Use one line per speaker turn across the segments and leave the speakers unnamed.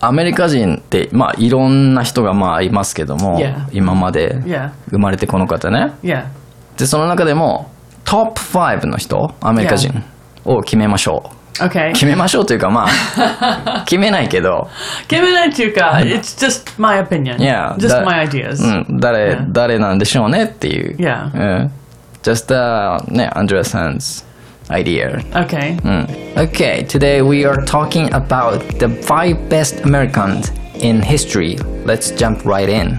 アメリカ人って、まあ、いろんな人がまあいますけども、
Yeah.
今まで
Yeah.
生まれてこの方ね
Yeah.
でその中でもトップ5の人アメリカ人を決めましょう
Okay.
決めましょうというかま あ決めないけど
Kiminanchuka. It's just my opinion.
Yeah,
Just
that- mm.
my ideas.
うん、誰、
Yeah.
誰なんでしょうねっていう。
Yeah.
うん。just, uh, ね、Andrea San's idea.
Okay.
うん。Okay, today we are talking about the five best Americans in history. Let's jump right in.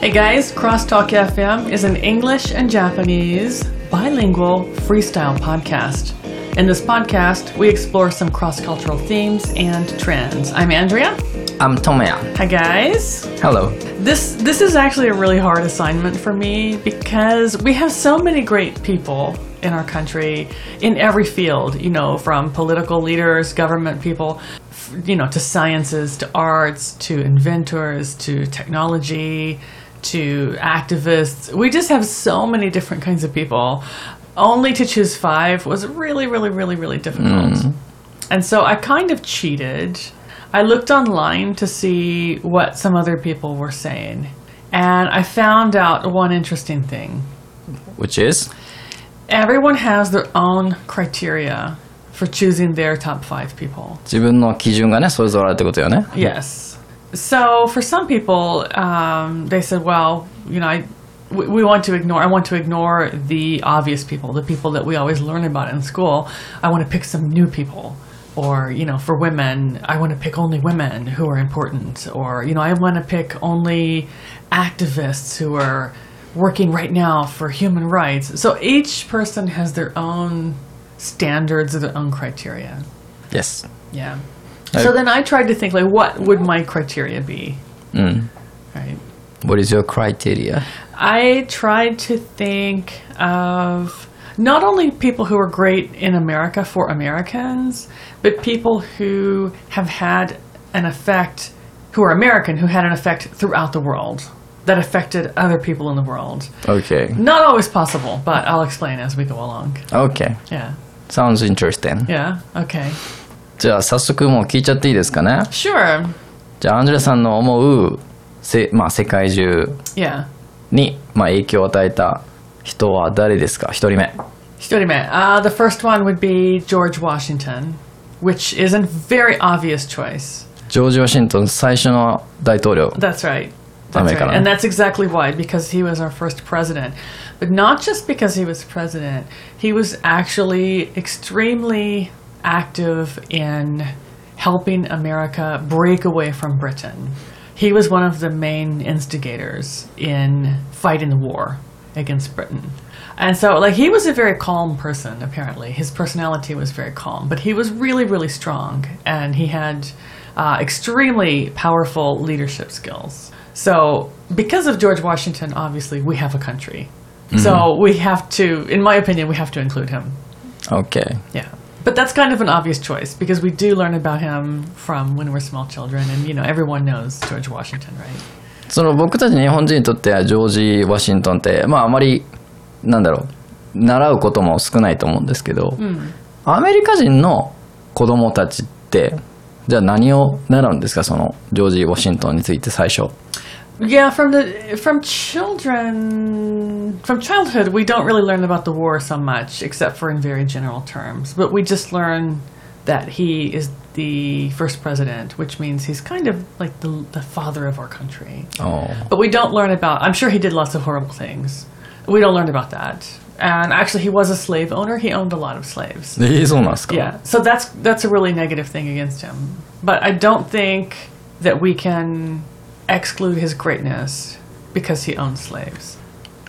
Hey guys, Crosstalk FM is an English and Japanese bilingual freestyle podcast. In this podcast, we explore some cross cultural themes and trends. I'm Andrea.
I'm Tomoya.
Hi guys.
Hello.
This this is actually a really hard assignment for me because we have so many great people in our country in every field, you know, from political leaders, government people, f- you know, to sciences, to arts, to inventors, to technology, to activists. We just have so many different kinds of people. Only to choose 5 was really really really really difficult. And so I kind of cheated. I looked online to see what some other people were saying. And I found out one interesting thing.
Which is?
Everyone has their own criteria for choosing their top five people.
自分の基準がね、それぞれあるってことよね。
Yes. So for some people, um, they said, "Well, you know, I, we, we want to ignore. I want to ignore the obvious people, the people that we always learn about in school. I want to pick some new people." Or, you know, for women, I want to pick only women who are important. Or, you know, I want to pick only activists who are working right now for human rights. So each person has their own standards or their own criteria.
Yes.
Yeah.
I-
so then I tried to think like, what would my criteria be? Right.
What is your criteria?
I tried to think of not only people who are great in America for Americans, but people who have had an effect, who are American, who had an effect throughout the world that affected other people in the world.
Okay.
Not always possible, but I'll explain as we go along.
Okay.
Yeah.
Sounds interesting.
Yeah. Okay.
じゃあ早速もう聞いちゃっていいですかね。
Sure.
じゃあアンジェラさんの思う、せまあ、世界中
Yeah.
に、まあ、影響を与えた人は誰ですか一人目
1人目. Uh, the first one would be George Washington, which is a very obvious choice.
ジョージ・ワシントン最初の大統領
That's right. That's
Americano.
right. And that's exactly why, because he was our first president. But not just because he was president, he was actually extremely active in helping America break away from Britain. He was one of the main instigators in fighting the war against Britain. And so, like, he was a very calm person, apparently. His personality was very calm, but he was really, really strong, and he had uh, extremely powerful leadership skills. So, because of George Washington, obviously, we have a country. So, we have to, in my opinion, we have to include him.
OK
Yeah. But that's kind of an obvious choice because we do learn about him from when we're small children, and, you know, everyone knows George Washington, right?
その僕たち日本人にとってはジョージ・ワシントンってまああまりなんだろう習うことも少ないと思うんですけど、アメリカ人の子供たちってじゃあ何を習うんですかそのジョージ・ワシントンについて最初
Yeah, from the from children from childhood, we don't really learn about the war so much, except for in very general terms. But we just learn that he is the first president, which means he's kind of like the the father of our country.
おー
But we don't learn about. I'm sure he did lots of horrible things. We don't learn about that. And actually, he was a slave owner. He owned a lot of slaves.
えーそうなんですか
Yeah. So that's that's a really negative thing against him. But I don't think that we can exclude his greatness because he owned slaves.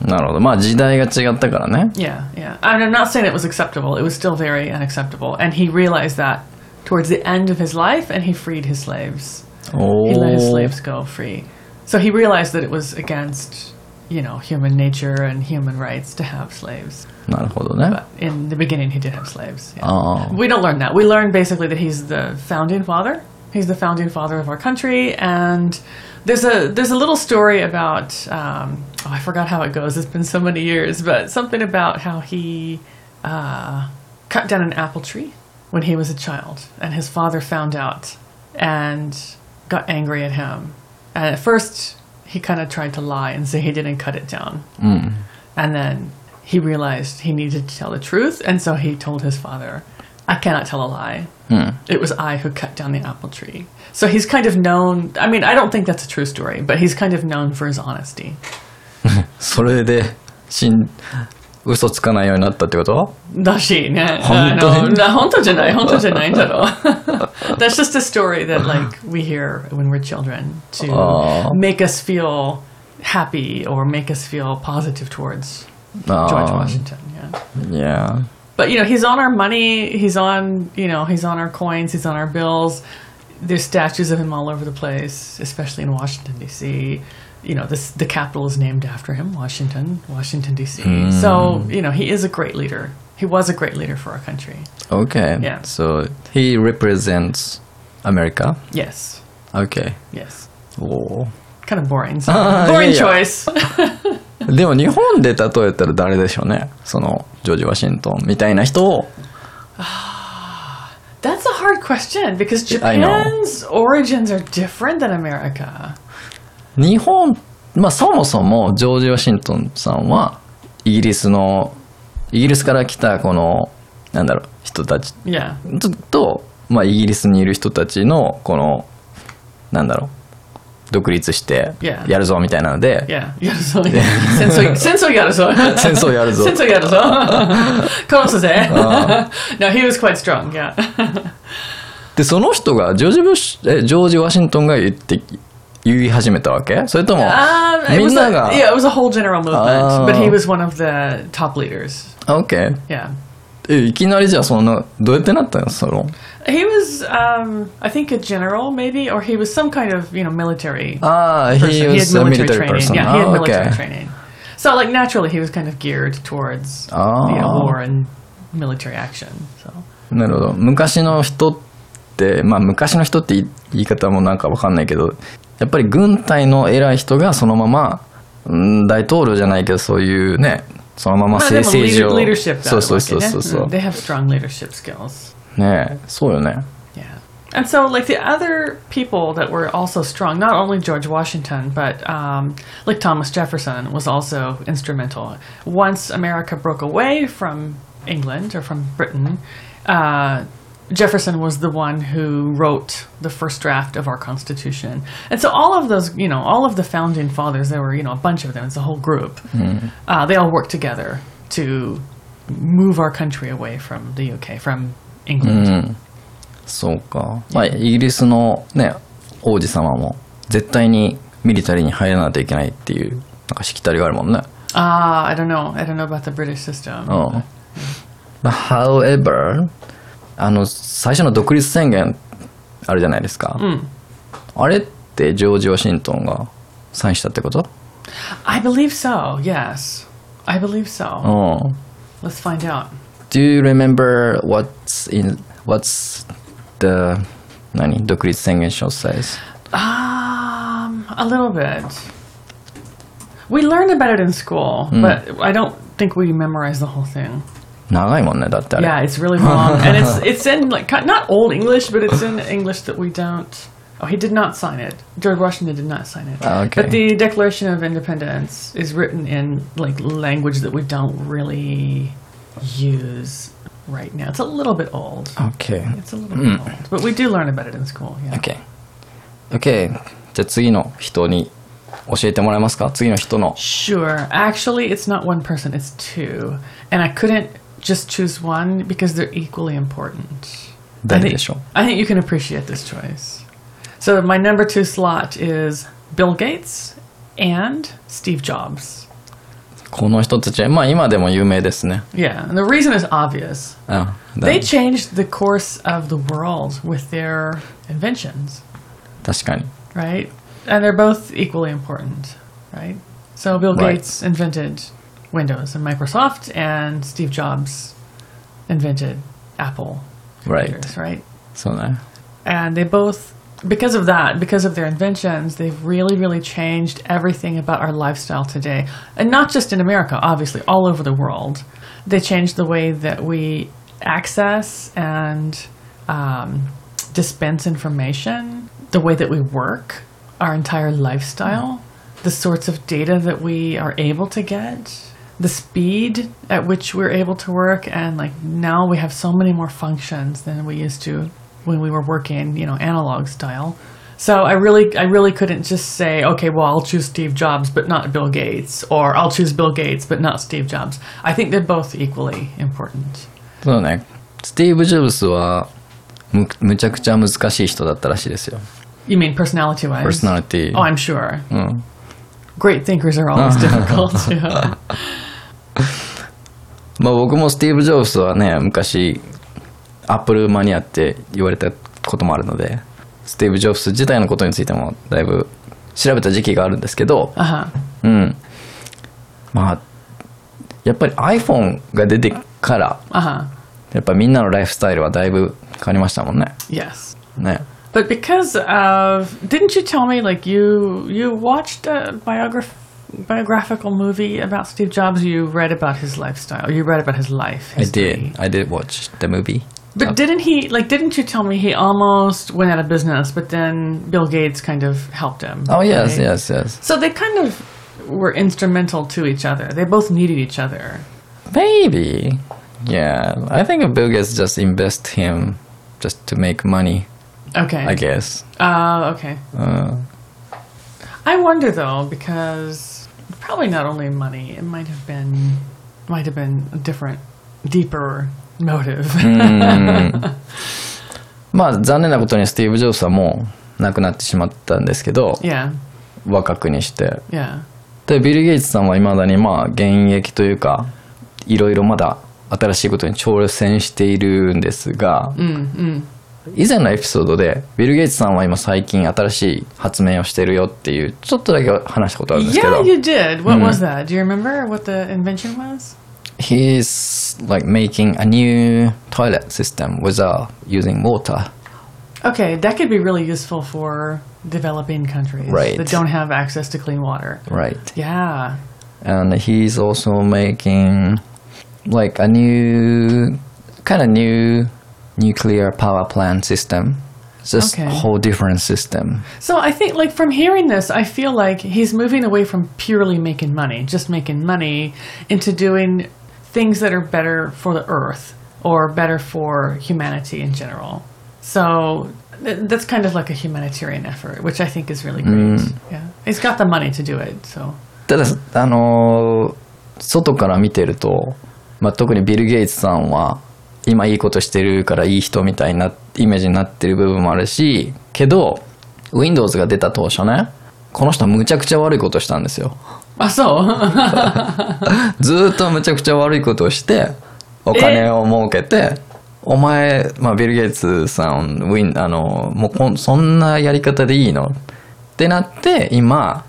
なるほどまあ時代が違ったからね
Yeah, yeah. And I'm not saying it was acceptable. It was still very unacceptable. And he realized that towards the end of his life and he freed his slaves.
おー
He let his slaves go free. So he realized that it was against, you know, human nature and human rights to have slaves.
なるほどね
But in the beginning, he did have slaves. yeah.
ああ
We don't learn that. We learn basically that he's the founding father. He's the founding father of our country, and there's a there's a little story about um, oh, I forgot how it goes. It's been so many years, but something about how he uh, cut down an apple tree when he was a child, and his father found out and got angry at him. And at first, he kind of tried to lie and say he didn't cut it down. And then he realized he needed to tell the truth, and so he told his father, I cannot tell a lie. It was I who cut down the apple tree. So he's kind of known. I mean, I don't think that's a true story, but he's kind of known for his honesty.
それでしん嘘つかないようになったってこと
だし ね。
本当に
あのな本当じゃない、本当じゃないんだろう。That's just a story that like we hear when we're children to
あー
make us feel happy or make us feel positive towards George
ああ
Washington. Yeah.
いや
But you know, he's on our money, he's on, you know, he's on our coins, he's on our bills. There's statues of him all over the place, especially in Washington D.C. You know, this the capital is named after him, Washington, Washington D.C.
Hmm.
So, you know, he is a great leader. He was a great leader for our country.
Okay.
Yeah.
So he represents America.
Yes.
Okay.
Yes.
o
Kind of boring. So
Ah,
boring
yeah, yeah.
choice.
でも日本で例えたら誰でしょうね。そのジョージ・ワシントンみたいな人を。
That's a hard question because
I know.
Japan's origins are different than America.
日本、まあそもそもジョージ・ワシントンさんはイギリスの、イギリスから来たこの、なんだろう、人たち
Yeah.
と、まあイギリスにいる人たちのこの、なんだろう、独立してや
Yeah.
るぞみたいなので、
Yeah. Yaruso. Sensei Sensei Yaruso.
戦争やるぞ。
Sensei Yaruso.
Uh-huh.
Kurosase. No, he was quite strong, yeah.
でその人がジョージ・ブッシュえジョージ・ワシントンが言って言い始めたわけそれとも
Um, it
み
was
ん
a,
なが
yeah, it was a whole general movement,
Oh.
but he was one of the top leaders.
OK
Yeah.
えいきなりじゃあそのどうやってなったのその
He was, um, I think, a general maybe, or he was some kind of, you know, military
ああ
person.
Uh, he was a military
training.
person Oh, あ
Yeah, he had military
ー OK
training. So, like, naturally, he was kind of geared towards
Oh.
you know, war and military action. So,
なるほど昔の人ってまあ昔の人って言い言い方もなんかわかんないけどやっぱり軍隊の偉い人がそのままうん大統領じゃないけどそういうねそのまま
But
政
they
政
have
治を
leadership.
そうそうそうそうそう
They have strong leadership skills.
ねえそうよね
Yeah. And so, like the other people that were also strong, not only George Washington, but um, like Thomas Jefferson was also instrumental. Once America broke away from England or from Britain, uh, Jefferson was the one who wrote the first draft of our Constitution. And so, all of those, you know, all of the founding fathers, there were, you know, a bunch of them, it's a whole group, uh, they all worked together to move our country away from the UK, from England.
そうか、まあ、イギリスのね王子様も絶対にミリタリーに入らないといけないっていうなんかしきたりがあるもんね
Ah, I don't know. I don't know about the British system.
うん But however あの最初の独立宣言あるじゃないですか、あれってジョージ・ワシントンがサインしたってこと
I believe so. Yes, I believe so.
うん
Let's find out.
Do you remember what's in what's the 何独立宣言書 says
Um, a little bit. We learned about it in school, but I don't think we memorized the whole thing.
長いもんねだってあれ
Yeah, it's really long, and it's it's in like ki- not old English, but it's in English that we don't. Oh, he did not sign it. George Washington did not sign it.
Ah, okay.
But the Declaration of Independence is written in like language that we don't really use right now. It's a little bit old.
OK
It's a little bit old, but we do learn about it in school. Yeah.
OK。OK。じゃあ次の人に教えてもらえますか次の人の。
Sure. Actually, it's not one person; it's two, and I couldn't just choose one because they're equally important.
誰
I
で
think-
しょ
I think you can appreciate this choice. So my number two slot is Bill Gates and Steve Jobs.
うこの人たち、まあ今でも有名ですね。
Yeah, and the reason is obvious.
うん。だ
They changed the course of the world with their inventions,
確かに。
right? And they're both equally important, right? So Bill
Right.
Gates invented Windows and Microsoft, and Steve Jobs invented Apple
Right.
computers, right?
そうね。
and they both because of that because of their inventions they've really really changed everything about our lifestyle today and not just in america obviously all over the world they changed the way that we access and um, dispense information the way that we work, our entire lifestyle, the sorts of data that we are able to get, the speed at which we're able to work, and like now we have so many more functions than we used to when we were working, you know, analog style. So I really, I really couldn't just say, okay, well, I'll choose Steve Jobs but not Bill Gates, or I'll choose Bill Gates but not Steve Jobs. I think they're both equally important.
そうねスティーブ・ジョブズはむむちゃくちゃ難しい人だったらしいですよ
You mean personality wise?
Personality.
Oh, I'm sure.
うん、
Great thinkers are always difficult. Yeah.
まあ、僕もスティーブ・ジョブズはね昔アップルマニアって言われたこともあるのでスティーブ・ジョブズ自体のことについてもだいぶ調べた時期があるんですけど
Uh huh.
うんまあやっぱり iPhone が出てから
Uh huh.
やっぱみんなのライフスタイルはだいぶ変わりましたもんね
Yes.
ね
But because of, didn't you tell me like you you watched a biograph biographical movie about Steve Jobs? You read about his lifestyle. You read about his life.
I
history.
did I did watch the movie
But didn't he like? Didn't you tell me he almost went out of business? But then Bill Gates kind of helped him.
Oh yes
right?
yes yes
So they kind of were instrumental to each other. They both needed each other.
Maybe. Yeah, I think Bill Gates just invest him just to make money.
Okay.
I guess.
Uh, okay.
Uh,
I wonder though, because probably not only money, it might have been might have been a different, deeper motive.
まあ残念なことにスティーブ・ジョブズはもう亡くなってしまったんですけど、
yeah,
若くにして。
yeah,
で、ビル・ゲイツさんは未だにまあ現役というか、いろいろまだ新しいことに挑戦しているんですが、以前のエピソードで、ビル・ゲイツさんは今最近新しい発明をしてるよっていう、ちょっとだけ話したことあるんですけ
yeah.
ど。
You did. What was that? Do you remember what the invention was?
he's like making a new toilet system without using water.
Okay, that could be really useful for developing countries
Right.
that don't have access to clean water.
Right.
Yeah.
And he's also making like a new kind of new nuclear power plant system. It's just a
Okay.
whole different system.
So I think, like, from hearing this, I feel like he's moving away from purely making money, just making money, into doing things that are better for the earth or better for humanity in general. So th- that's kind of like a humanitarian effort, which I think is really great.
Mm.
Yeah, he's got the money to do it. So
ただあのー外から見てると、まあ、特にビル・ゲイツさんは今いいことしてるからいい人みたいなイメージになってる部分もあるしけど Windows が出た当初ねこの人むちゃくちゃ悪いことしたんですよ
Ah, so
ずーっとむちゃくちゃ悪いことをしてお金を儲けてお前、まあ、ビル・ゲイツさんウィンあのもうこんそんなやり方でいいのってなって今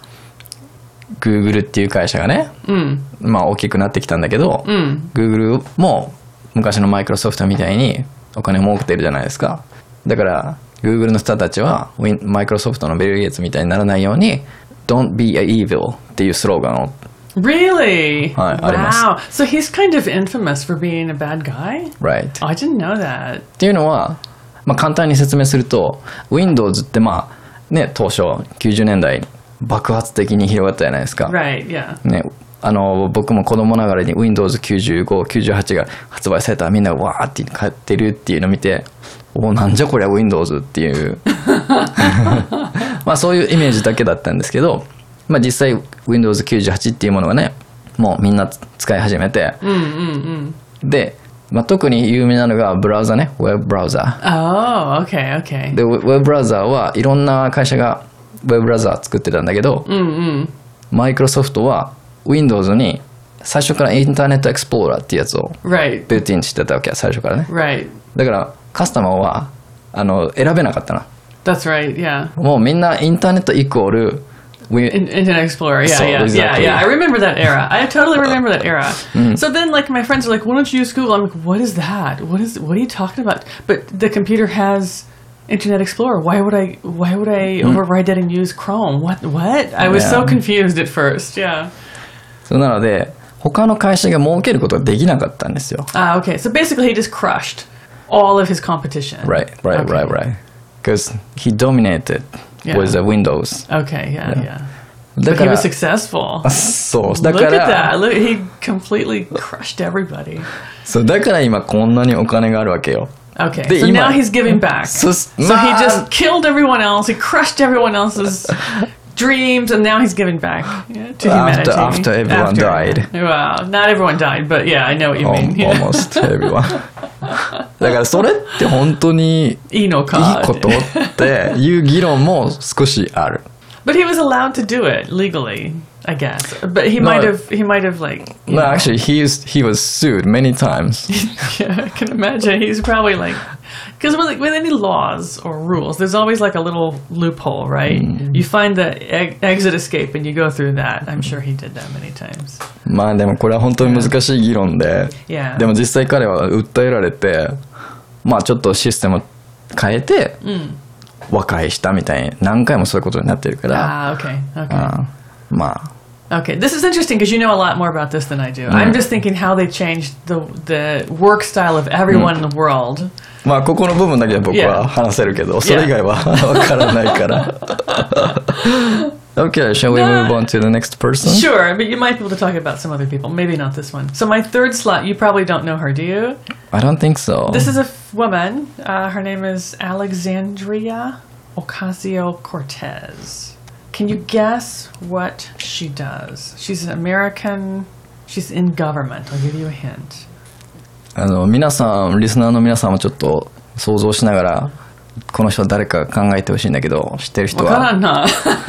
Google っていう会社がね、まあ、大きくなってきたんだけど、Google も昔のマイクロソフトみたいにお金を儲けてるじゃないですかだから Google の人たちはウィンマイクロソフトのビル・ゲイツみたいにならないように Don't be a evil っていうスローガンを
really,
Hi, I don't know.
wow. So he's kind of infamous for being a bad guy.
Right
Oh, I didn't know that.
っていうのは、まあ、簡単に説明すると Windows ってまあね当初90年代爆発的に広がったじゃないですか、
Right? Yeah.
ね、あの僕も子供ながらに Windows9598 が発売されたらみんなわーって買ってるっていうのを見ておーなんじゃこりゃ Windows っていう まあそういうイメージだけだったんですけど、まあ、実際 Windows98 っていうものがねもうみんな使い始めて、
Mm,
で、まあ、特に有名なのがブラウザねウェブブラウザ
Oh, okay, okay.
でウェウェブブラウザーはいろんな会社がウェブブラウザー作ってたんだけど
Mm,
マイクロソフトは Windows に最初からインターネットエクスプローラーっていうやつを
Right,
ビルティンしてたわけや最初からね
right.
だからカスタマーはあの選べなかったな
That's right. Yeah.
もうみんなインターネットイコール Win-
In, Internet Explorer. Yeah,
So,
yeah,
exactly. Mm-hmm.
yeah, yeah. I remember that era. I totally remember that era. So then, like, my friends are like, "Why don't you use Google?" I'm like, "What is that? What is? What are you talking about?" But the computer has Internet Explorer. Why would I? Why would I override that and use Chrome? What? What? I was so
Mm-hmm. Yeah.
confused at first. Yeah.
そうなので他の会社が儲けることができなかったんですよ
Ah, okay. So basically, he just crushed all of his competition.
Right, right,
Okay.
right, right. because he dominated
Yeah.
with the Windows.
Okay, yeah, yeah.
That
But he was successful.
そうだ
Look
か
at that.
ら
Look, he completely crushed everybody.
そうだから今こんなにお金があるわけよ
Okay,
The
so
email.
now he's giving back.
So
So,
s-
he
man.
just killed everyone else. He crushed everyone else's dreams, and now he's giving back yeah, to
After-
humanity.
after everyone died.
Well, not everyone died, but yeah, I know what you
Al-
mean. Yeah.
almost everyone だからそれって本当にいい
Eno
こと
cod.
っていう議論も少しある
But he was allowed to do it legally, I guess. But he
No.
might have. He might have like. you
No,
know.
actually, he is, he was sued many times.
yeah, I can imagine. He's probably like, because with, with any laws or rules, there's always like a little loophole, right? You find the e- exit escape and you go through that. I'm sure he did that many times.
まあでもこれは本当に難しい議論で、
Yeah.
でも実際彼は訴えられて、まあちょっとシステムを変えて、和解したみたいに何回もそういうことになってるから、
Ah, okay, okay,
うんまあ
okay. This is interesting because you know a lot more about this than I do. I'm just thinking how they changed the the work style of everyone in the world.
まあここの部分だけで僕
Yeah.
は話せるけど、それ以 外はわからないから。okay, shall we move on to the next person?
Sure, but you might be able to talk about some other people. Maybe not this one. So my third slot, you probably don't know her, do you?
I don't think so.
This is a f- woman. Uh, her name is Alexandria Ocasio Cortez. Can you guess what she does? She's an American. She's in government. I'll give you a hint.
あの皆さんリスナーの皆さんもちょっと想像しながらこの人誰か考えてほしいんだけど知ってる人は
Wakana.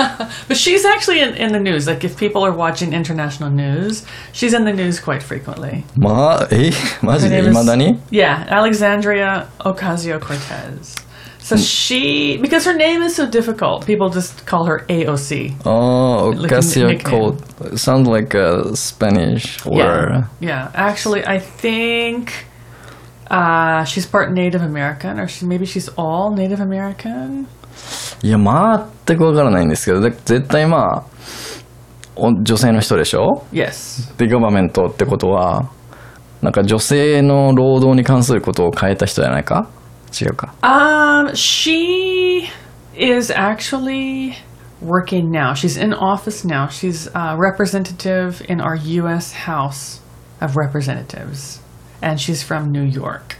but she's actually in, in the news. Like, if people are watching international news, she's in the news quite frequently.
まあえマジでいまだに
yeah, Alexandria Ocasio Cortez. So she, because her name is so difficult, people just call her AOC.
ああ
Like a
Ocasio
nickname.
sounds like a Spanish word
Yeah, actually, I think uh, she's part Native American, or she, maybe she's all Native American.
いや全くわからないんですけどで絶対まあお女性の人でしょ
Yes.
でガバメントってことはなんか女性の労働に関することを変えた人じゃないか違うか
Um, she is actually working now. She's in office now. She's a representative in our U.S. House of Representatives, and she's from New York.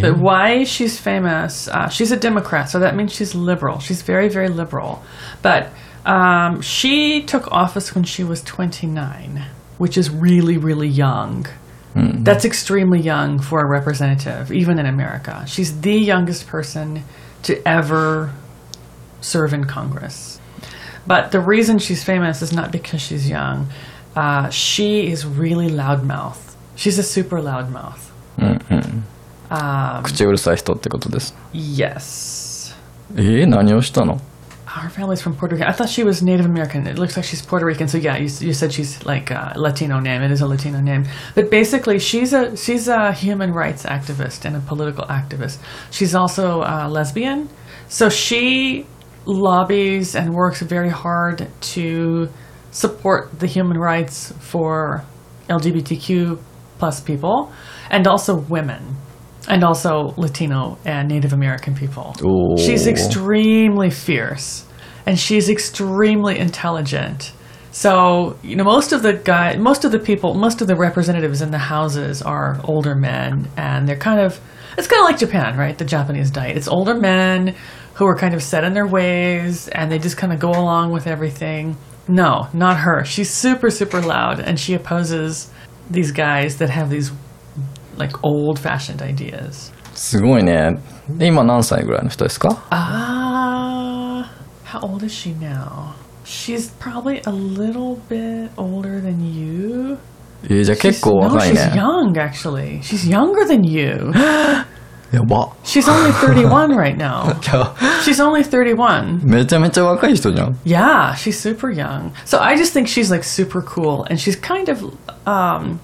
But why she's famous? Uh, she's a Democrat, so that means she's liberal. She's very, very liberal. But um, she took office when she was 29, which is really, really young. That's extremely young for a representative, even in America. She's the youngest person to ever serve in Congress. But the reason she's famous is not because she's young. Uh, she is really loudmouth. She's a super loudmouth.
口うるさい人ってことです
Yes.
えー、何をしたの
Her family's from Puerto Rican. I thought she was Native American. It looks like she's Puerto Rican. So yeah, you, you said she's like a Latino name. It is a Latino name. But basically, she's a she's a human rights activist and a political activist. She's also uh, lesbian. So she lobbies and works very hard to support the human rights for LGBTQ plus people, and also women, and also Latino and Native American people.
Ooh.
She's extremely fierce and she's extremely intelligent. So, you know, most of the guy, most of the people, most of the representatives in the houses are older men and they're kind of it's kind of like Japan, right? The Japanese diet. It's older men who are kind of set in their ways and they just kind of go along with everything. No, not her. She's super super loud and she opposes these guys that have these like old-fashioned ideas.
すごいね。で今何歳ぐらいの人ですか
Ah, how old is she now? She's probably a little bit older than you.
えーじゃあ
She's,
結構
no,
若い
she's
ね。
young actually. She's younger than you.
やば。
She's only 31 right now.
いや
She's only 31.
めちゃめちゃ若い人じゃん。
Yeah, she's super young. So I just think she's like super cool and she's kind of um,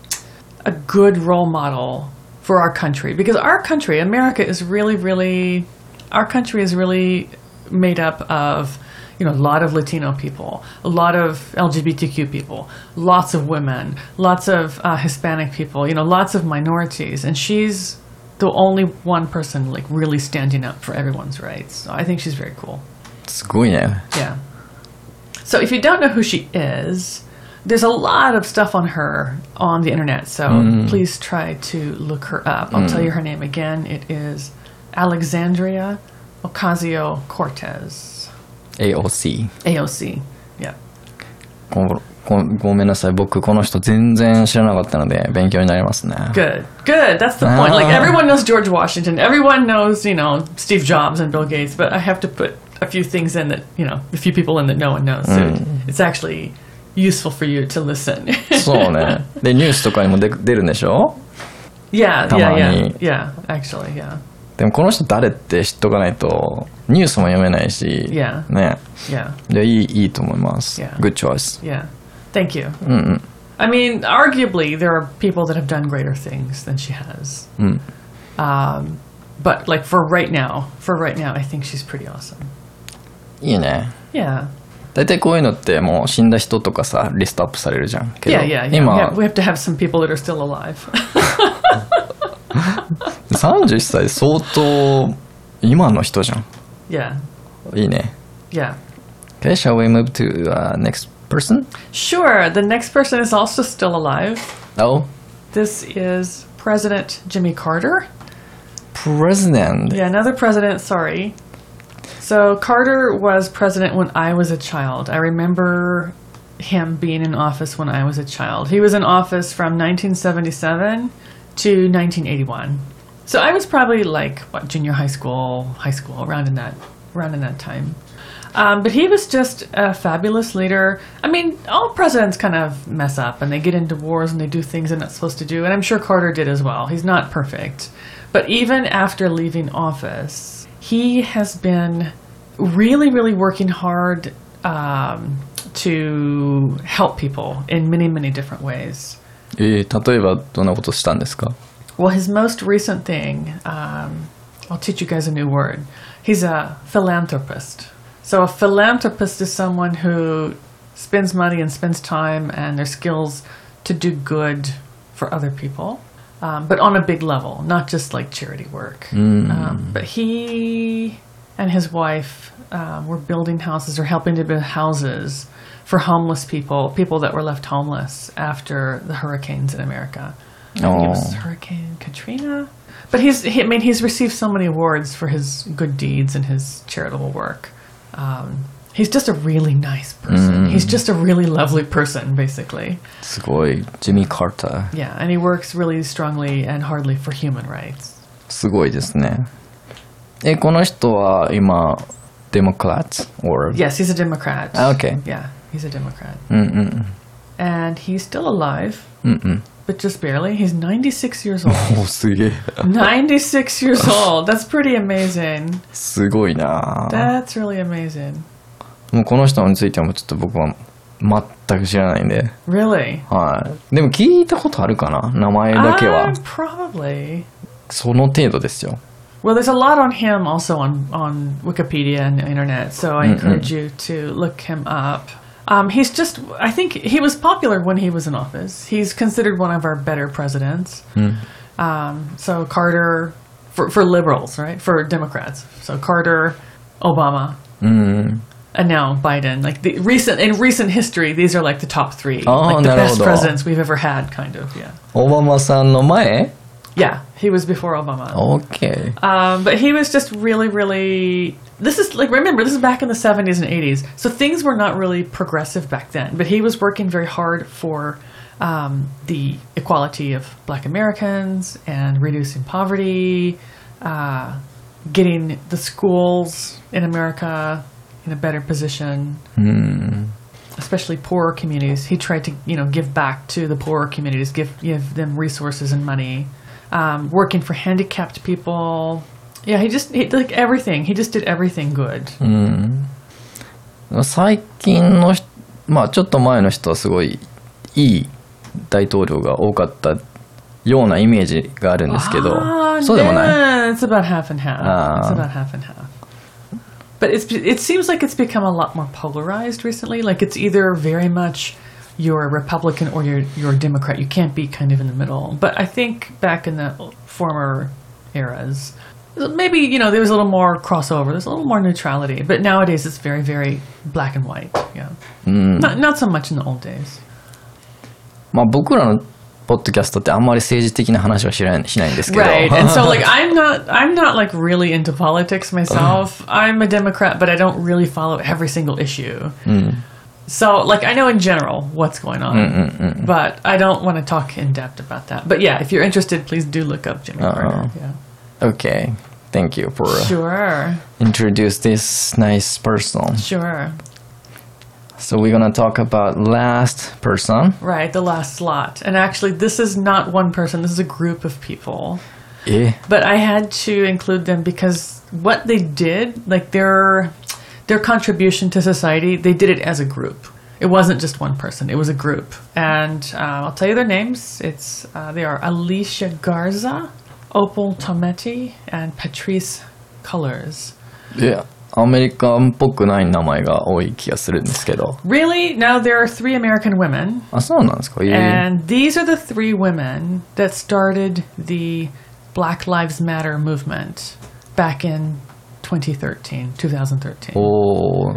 a good role model for our country because our country, America, is really, really, our country is really made up of, you know, a lot of Latino people, a lot of LGBTQ people, lots of women, lots of uh, Hispanic people, you know, lots of minorities. And she's the only one person like really standing up for everyone's rights. So I think she's very cool.
すごいね。
Yeah. So if you don't know who she is, there's a lot of stuff on her on the internet. So please try to look her up. I'll tell you her name again. It is Alexandria Ocasio Cortez,
AOC。
AOC. Yeah.
ごごごめんなさい。僕、この人全然知らなかったので、勉強になりますね。
Good. Good. That's the point. Like
Ah.
everyone knows George Washington. Everyone knows, you know, Steve Jobs and Bill Gates, but I have to put a few things in that, you know, a few people in that no one knows. So it- it's actually useful for you to listen.
そうね。で、ニュースとかにも出出るんでしょ
yeah, yeah, yeah.
たまに。
Yeah, actually, yeah.
でもこの人誰って知っとかないと、ニュースも読めないし、
Yeah.
ね。
Yeah.
で、いい、いいと思います。
Yeah.
Good choice.
Yeah. Thank you. I mean, arguably, there are people that have done greater things than she has. Um, but like for right now, for right now, I think she's pretty awesome.
いいね。
Yeah.
大体こういうのってもう死んだ人とかさ、リストアップされるじゃん。けど
Yeah, yeah, yeah.
今、
Yeah, we have to have some people that are still alive.
31歳相当、今の人じゃん。
yeah,
いいね。
yeah.
Okay, shall we move to、uh, next person?
Sure, the next person is also still alive.
Oh,
This is President Jimmy Carter.
president.
Yeah, another president, sorry. So Carter was president when I was a child. I remember him being in office when I was a child. He was in office from 1977 to 1981. So I was probably like what junior high school, high school, around in that around in that time. Um, but he was just a fabulous leader. I mean, all presidents kind of mess up and they get into wars and they do things they're not supposed to do. And I'm sure Carter did as well. He's not perfect. But even after leaving office, he has been really, really working hard um, to help people in many, many different ways.
えー例えばどんなことしたんですか
Well, his most recent thing, um, I'll teach you guys a new word. He's a philanthropist. So, a philanthropist is someone who spends money and spends time and their skills to do good for other people, um, but on a big level, not just like charity work. Um, but he and his wife um, were building houses or helping to build houses for homeless people, people that were left homeless after the hurricanes in America. I think it was
Oh.
Hurricane Katrina. But he's, he, I mean, he's received so many awards for his good deeds and his charitable work. Um, he's just a really nice person. He's just a really lovely person, basically.
すごい。ジミー・カーター。
Yeah, and he works really strongly and hardly for human rights.
すごいですね。え、この人は今、デモクラッツ or
Yes, he's a Democrat.
Okay.
Yeah, he's a Democrat. And he's still alive, but just barely. He's 96 years old.
おすげえ。
96 years old. That's pretty amazing.
すごいな
That's really amazing.
もうこの人についてもちょっと僕は全く知らないんで。
Really?
はい。でも聞いたことあるかな名前だけは
Ah,。probably.
その程度ですよ。
Well, there's a lot on him also on, on Wikipedia and the internet, so I encourage you to look him up. Um, he's just, I think he was popular when he was in office. He's considered one of our better presidents. Um, so Carter, for, for liberals, right? For Democrats. So Carter, Obama. And now Biden, like the recent in recent history, these are like the top three,
Oh,
like the best
なるほど。
presidents we've ever had, kind of. Yeah,
オバマさんの前
yeah. He was before Obama.
?OK。
Um, but he was just really, really. This is like remember this is back in the seventies and eighties, so things were not really progressive back then. But he was working very hard for um, the equality of Black Americans and reducing poverty, uh, getting the schools in America in a better position, especially poorer communities. He tried to, you know, give back to the poorer communities, give give them resources and money. Um, working for handicapped people. Yeah, he just he, like everything. He just did everything good.
最近の人、まあちょっと前の人はすごいいい大統領が多かったようなイメージがあるんですけど、
Ah,
そうでもない
yeah, it's about half and half.
Ah.
It's about half and half. But it's it seems like it's become a lot more polarized recently. Like it's either very much you're a Republican or you're you're a Democrat. You can't be kind of in the middle. But I think back in the former eras. Maybe, you know, there was a little more crossover, there's a little more neutrality, but nowadays it's very, very black and white. Yeah.
Hmm.
Not, not so much in the old days.
まあ僕らのポッドキャストってあんまり政治的な話はしないしないんですけど。
Right. And so like I'm not I'm not like really into politics myself. I'm a Democrat, but I don't really follow every single issue. So like I know in general what's going on, but I don't want to talk in depth about that. But yeah, if you're interested, please do look up Jimmy Carter. Yeah.
okay. Thank you for
Sure.
introduce this nice person.
Sure.
So we're gonna talk about last person.
Right, the last slot. And actually this is not one person, this is a group of people.
Eh?
but I had to include them because what they did, like their their contribution to society, they did it as a group. It wasn't just one person; it was a group. And uh, I'll tell you their names. It's uh, they are Alicia Garza, Opal Tometi, and Patrice Colors.
いや、アメリカンっぽくない名前が多い気がするんですけど。
Really, now there are three American women,
あ、そうなんですかええ
and these are the three women that started the Black Lives Matter movement back in 2013, 2013.
おお。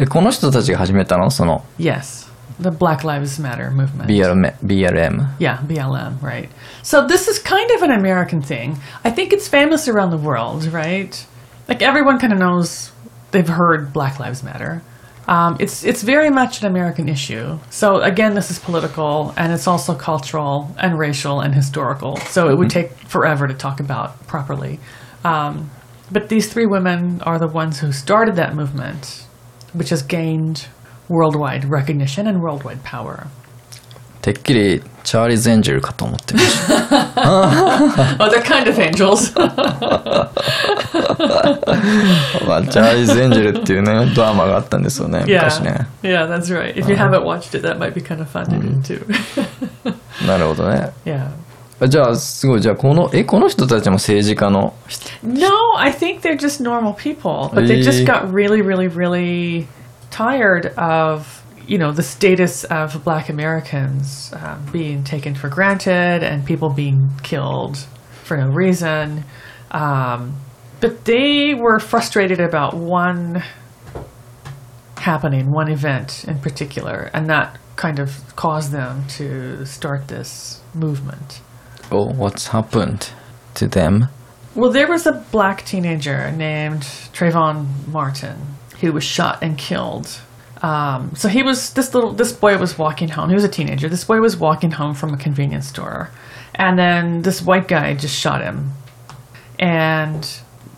え、この人たちが始めたのその
Yes, the Black Lives Matter movement.
BLM。BLM
Yeah, BLM, right. So this is kind of an American thing. I think it's famous around the world, right? Like everyone kind of knows they've heard Black Lives Matter. Um, it's it's very much an American issue. So again, this is political and it's also cultural and racial and historical. So it would take forever to talk about properly. Um, but these three women are the ones who started that movement, which has gained worldwide recognition and worldwide power.
てっきりチャーリーズ・エンジェルかと思 ってました。
Oh, they're kind of angels.
まあ、チャーリーズ・エンジェルっていうね、ドラマがあったんですよね、
Yeah.
昔ね。
Yeah, that's right. If you haven't watched it, that might be kind of fun to do too.
なるほどね。
yeah.
じゃあ、すごい、じゃあ、この、え、この人たちも政治家の人
No, I think they're just normal people, but they
Eh.
just got really, really, really tired of you know the status of Black Americans um, being taken for granted and people being killed for no reason. Um, but they were frustrated about one happening, one event in particular, and that kind of caused them to start this movement.
Oh, what's happened to them?
Well, there was a black teenager named Trayvon Martin who was shot and killed. Um, so he was this little this boy was walking home. He was a teenager. This boy was walking home from a convenience store, and then this white guy just shot him. And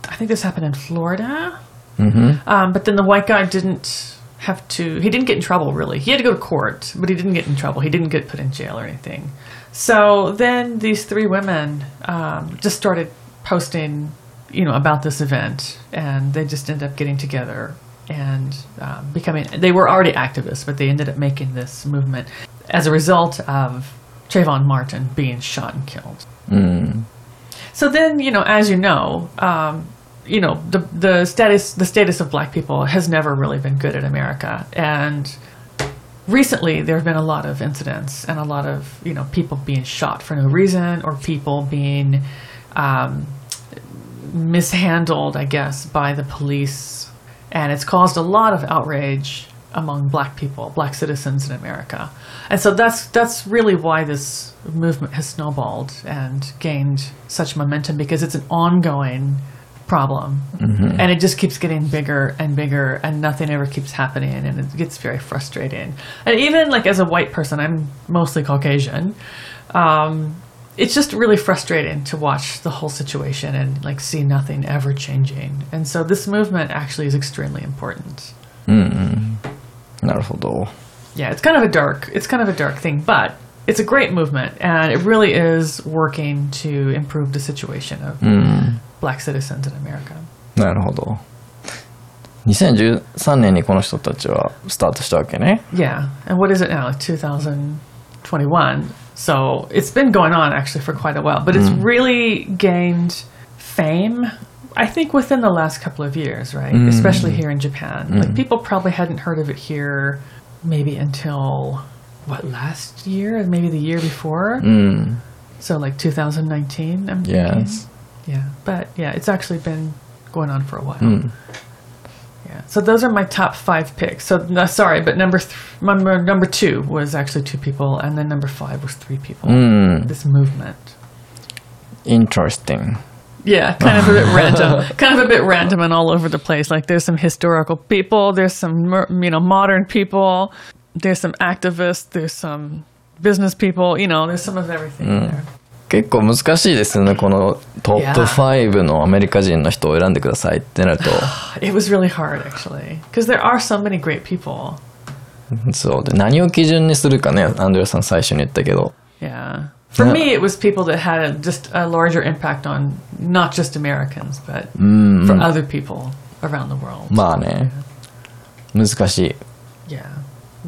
I think this happened in Florida. Um, but then the white guy didn't have to, he didn't get in trouble really. He had to go to court, but he didn't get in trouble. He didn't get put in jail or anything. So then these three women um, just started posting, you know, about this event, and they just ended up getting together and um, becoming, they were already activists, but they ended up making this movement as a result of Trayvon Martin being shot and killed. So then, you know, as you know, um, you know the the status the status of black people has never really been good in America, and recently there have been a lot of incidents and a lot of you know people being shot for no reason or people being um, mishandled, I guess, by the police, and it's caused a lot of outrage among black people, black citizens in America, and so that's that's really why this movement has snowballed and gained such momentum because it's an ongoing problem and it just keeps getting bigger and bigger and nothing ever keeps happening and it gets very frustrating and even like as a white person i'm mostly caucasian um, it's just really frustrating to watch the whole situation and like see nothing ever changing and so this movement actually is extremely important
なるほど。
yeah it's kind of a dark it's kind of a dark thing but it's a great movement and it really is working to improve the situation of black citizens in america
なるほど。2013年にこの人たちはスタートしたわけね。
Yeah, and what is it now? 2021. So it's been going on actually for quite a while, but it's really gained fame. I think within the last couple of years, right? Especially here in Japan, like people probably hadn't heard of it here, maybe until what last year, maybe the year before. So like 2019. I'm thinking.
Yes.
Yeah, but yeah, it's actually been going on for a while. Yeah. So those are my top five picks. So no, sorry, but number th- number number two was actually two people, and then number five was three people. This movement.
Interesting.
Yeah, kind of a bit random, kind of a bit random and all over the place. Like there's some historical people, there's some mer- you know modern people, there's some activists, there's some business people. You know, there's some of everything in there.
結構難しいですよね、このトップ
Yeah.
5のアメリカ人の人を選んでくださいってなる
It was really hard actually because there are so many great people.
と、そうで、何を基準にするかね、アンドレアさん最初に言ったけど。
Yeah. For
Yeah.
me, it was people that had a, just a larger impact on not just Americans, but for
Mm-hmm.
other people around the world.
まあね、難しい。
Yeah.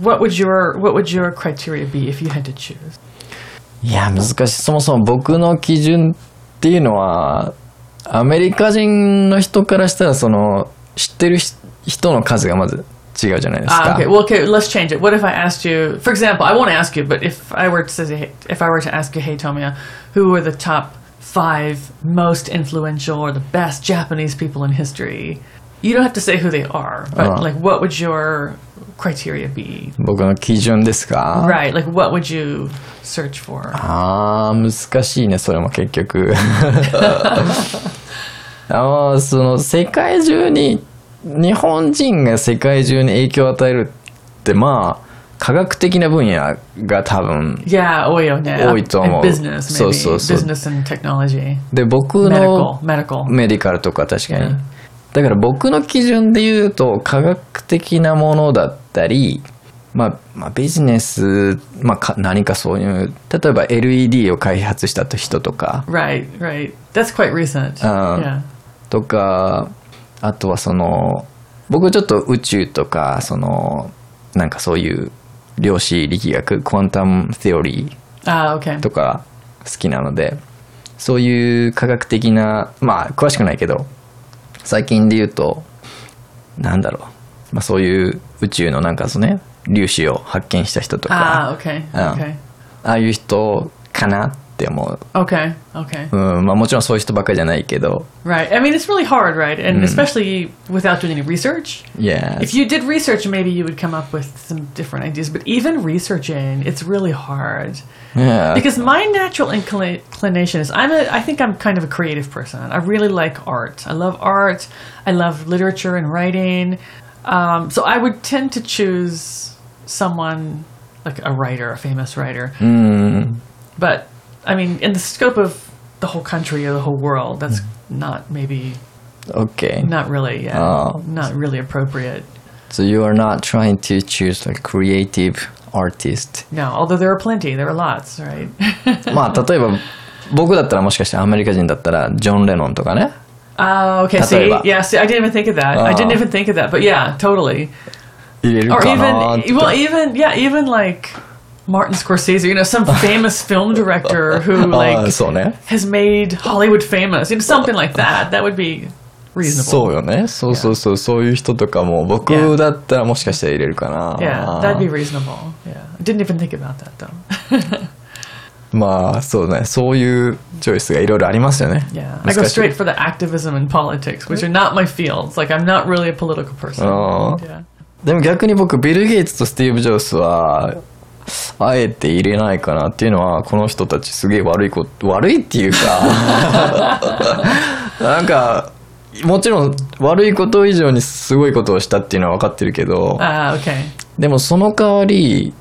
What would your What would your criteria be if you had to choose?
いや、難しい。そもそも僕の基準っていうのは、アメリカ人の人からしたら、その、知ってるひ人の数がまず違うじゃないですか。
Ah, okay. Well, okay. Let's change it. What if I asked you, for example, I won't ask you, but if I were to say, if I were to ask you, hey Tomia, who are the top five most influential or the best Japanese people in history? You don't have to say who they are, but
Uh-huh.
like, what would your criteria be?
僕の基準ですか、
Right. Like, what would you search for?
あー、難しいね、それも結 局。あーその、世界中に、日本人が世界中に影響を与えるって、まあ、科学的な分野が多分
Yeah, oh yeah, yeah.
Oh, it's almost-
And business,
so,
maybe.
so, so.
Business and technology.
で僕の
Medical, medical.
メディカルとか確かに、
うん
だから僕の基準で言うと科学的なものだったり、まあ、まあビジネス、まあ、か何かそういう例えば LED を開発した人とか
Right, right. That's quite recent.
Uh,
yeah.
とかあとはその僕ちょっと宇宙とかそのなんかそういう量子力学クォンタム・テオリー
Ah, okay.
とか好きなのでそういう科学的なまあ詳しくないけど最近で言うとなんだろう、まあ、そういう宇宙のなんかそのね粒子を発見した人とか
Ah, okay.
うん
Okay.
ああいう人かなって思
Okay. Okay.
う、うんまあ、もちろんそういう人ばっかりじゃないけど
Right. I mean, it's really hard, right? And especially without doing any research. If
Mm. Yes
you did research, maybe you would come up with some different ideas. But even researching, it's really hard.
Yeah.
because my natural inclina- inclination is I'm a I think I'm kind of a creative person. I really like art. I love art. I love literature and writing. Um, so I would tend to choose someone like a writer, a famous writer. But I mean, in the scope of the whole country or the whole world, that's not maybe
Okay
not really yeah,
Oh.
not really appropriate.
So you are not trying to choose like creative artist
No, although there are plenty, there are lots, right?
まあ例えば僕だったらもしかしてアメリカ人だったらジョン・レノンとかね
Oh, okay. See,
Tatoeba.
yeah. See, I didn't even think of that. I didn't
Ah.
even think of that. But yeah, totally.
入れる
Or
かなーって
even, well, even yeah, even like Martin Scorsese. You know, some famous film director who
あー
like
そうね
has made Hollywood famous. You know, something like that. That would be reasonable.
そうよねそうそうそうそういう人とかも僕
Yeah.
だったらもしかしたら入れるかな
yeah, that'd be reasonable. Yeah, I didn't even think about that though.
まあそうねそういうチョイスがいろいろありますよね
Yeah, I
難
go
しい
straight for the activism and politics, which are not my fields. Like, I'm not really a political person.
Oh.
Yeah.
でも逆に僕ビル・ゲイツとスティーブ・ジョブスはあえて入れないかなっていうのはこの人たちすげえ悪いこと悪いっていうか なんかもちろん悪いこと以上にすごいことをしたっていうのは分かってるけど
Ah, okay.
でもその代わり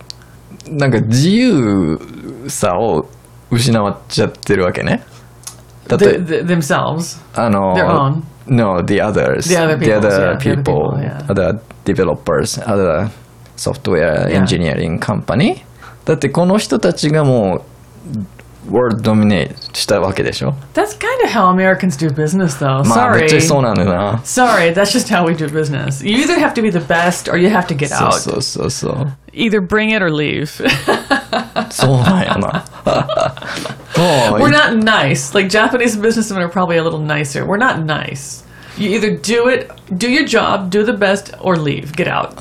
なんか自由さを失っちゃってるわけね。だっ
Th-
て
th- themselves.
あの
their own
No, the others.
The other
the other
peoples, yeah, the other
people,
people, yeah.
other developers, other software
Yeah.
engineering company. だってこの人たちがもう world dominate したわけでしょ。
That's kind of how Americans do business, though.
まあめ
Sorry.
っちゃそうなんだよな。
Sorry, that's just how we do business. You either have to be the best or you have to get
そ
out.
うそうそうそう。
Either bring it or leave.
そうなんやな。 もう
We're not nice. Like Japanese businessmen are probably a little nicer. We're not nice. You either do it, do your job, do the best, or leave. Get out.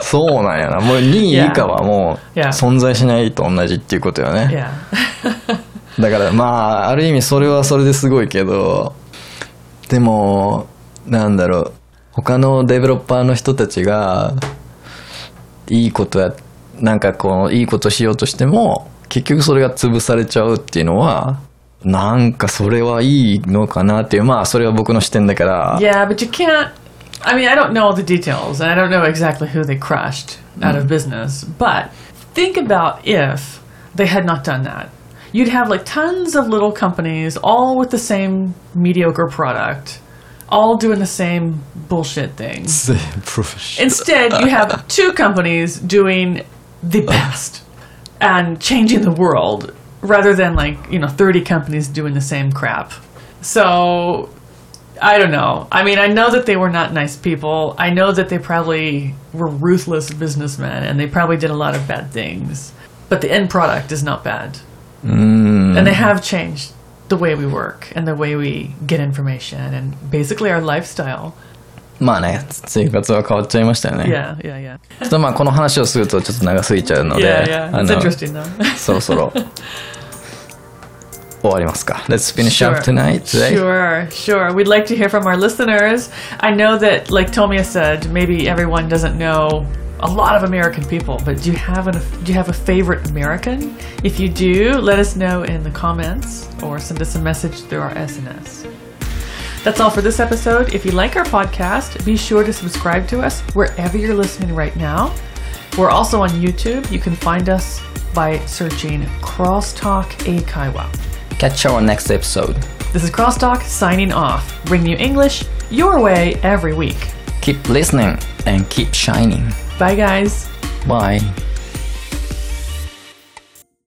そうなんやな。もう2位以下はもう
Yeah.
存在しないと同じっていうことよね。
yeah.
だからまあある意味それはそれですごいけどでもなんだろう他のデベロッパーの人たちがいいことやなんかこういいことしようとしても結局それが潰されちゃうっていうのはなんかそれはいいのかなっていうまあそれは僕の視点だから、
Yeah, but you can't. I mean, I don't know all the details, and I don't know exactly who they crushed out of business. But think about if they had not done that. You'd have like tons of little companies, all with the same mediocre product, all doing the same bullshit thing. Instead, you have two companies doing the best and changing the world rather than like, you know, 30 companies doing the same crap. So, I don't know. I mean, I know that they were not nice people. I know that they probably were ruthless businessmen and they probably did a lot of bad things. But the end product is not bad. Mm. And they have changed the way we work and the way we get information and basically our lifestyle.
まあね生活は変わっちゃいましたよね
Yeah, yeah, yeah.
ちょっとまあこの話をするとちょっと長すぎちゃうので
Yeah, yeah.
あ
It's
の
interesting though.
そろそろ終わりますか Let's finish
Sure.
up tonight today
Sure, sure. We'd like to hear from our listeners. I know that, like Tomia said, maybe everyone doesn't know a lot of American people, but do you have an do you have a favorite American? If you do, let us know in the comments or send us a message through our SNS. That's all for this episode. If you like our podcast, be sure to subscribe to us wherever you're listening right now. We're also on YouTube. You can find us by searching Crosstalk Akaiwa.
Catch our next episode
This is Crosstalk signing off, bringing you English your way every week.
Keep listening and keep shining
Bye, guys.
Bye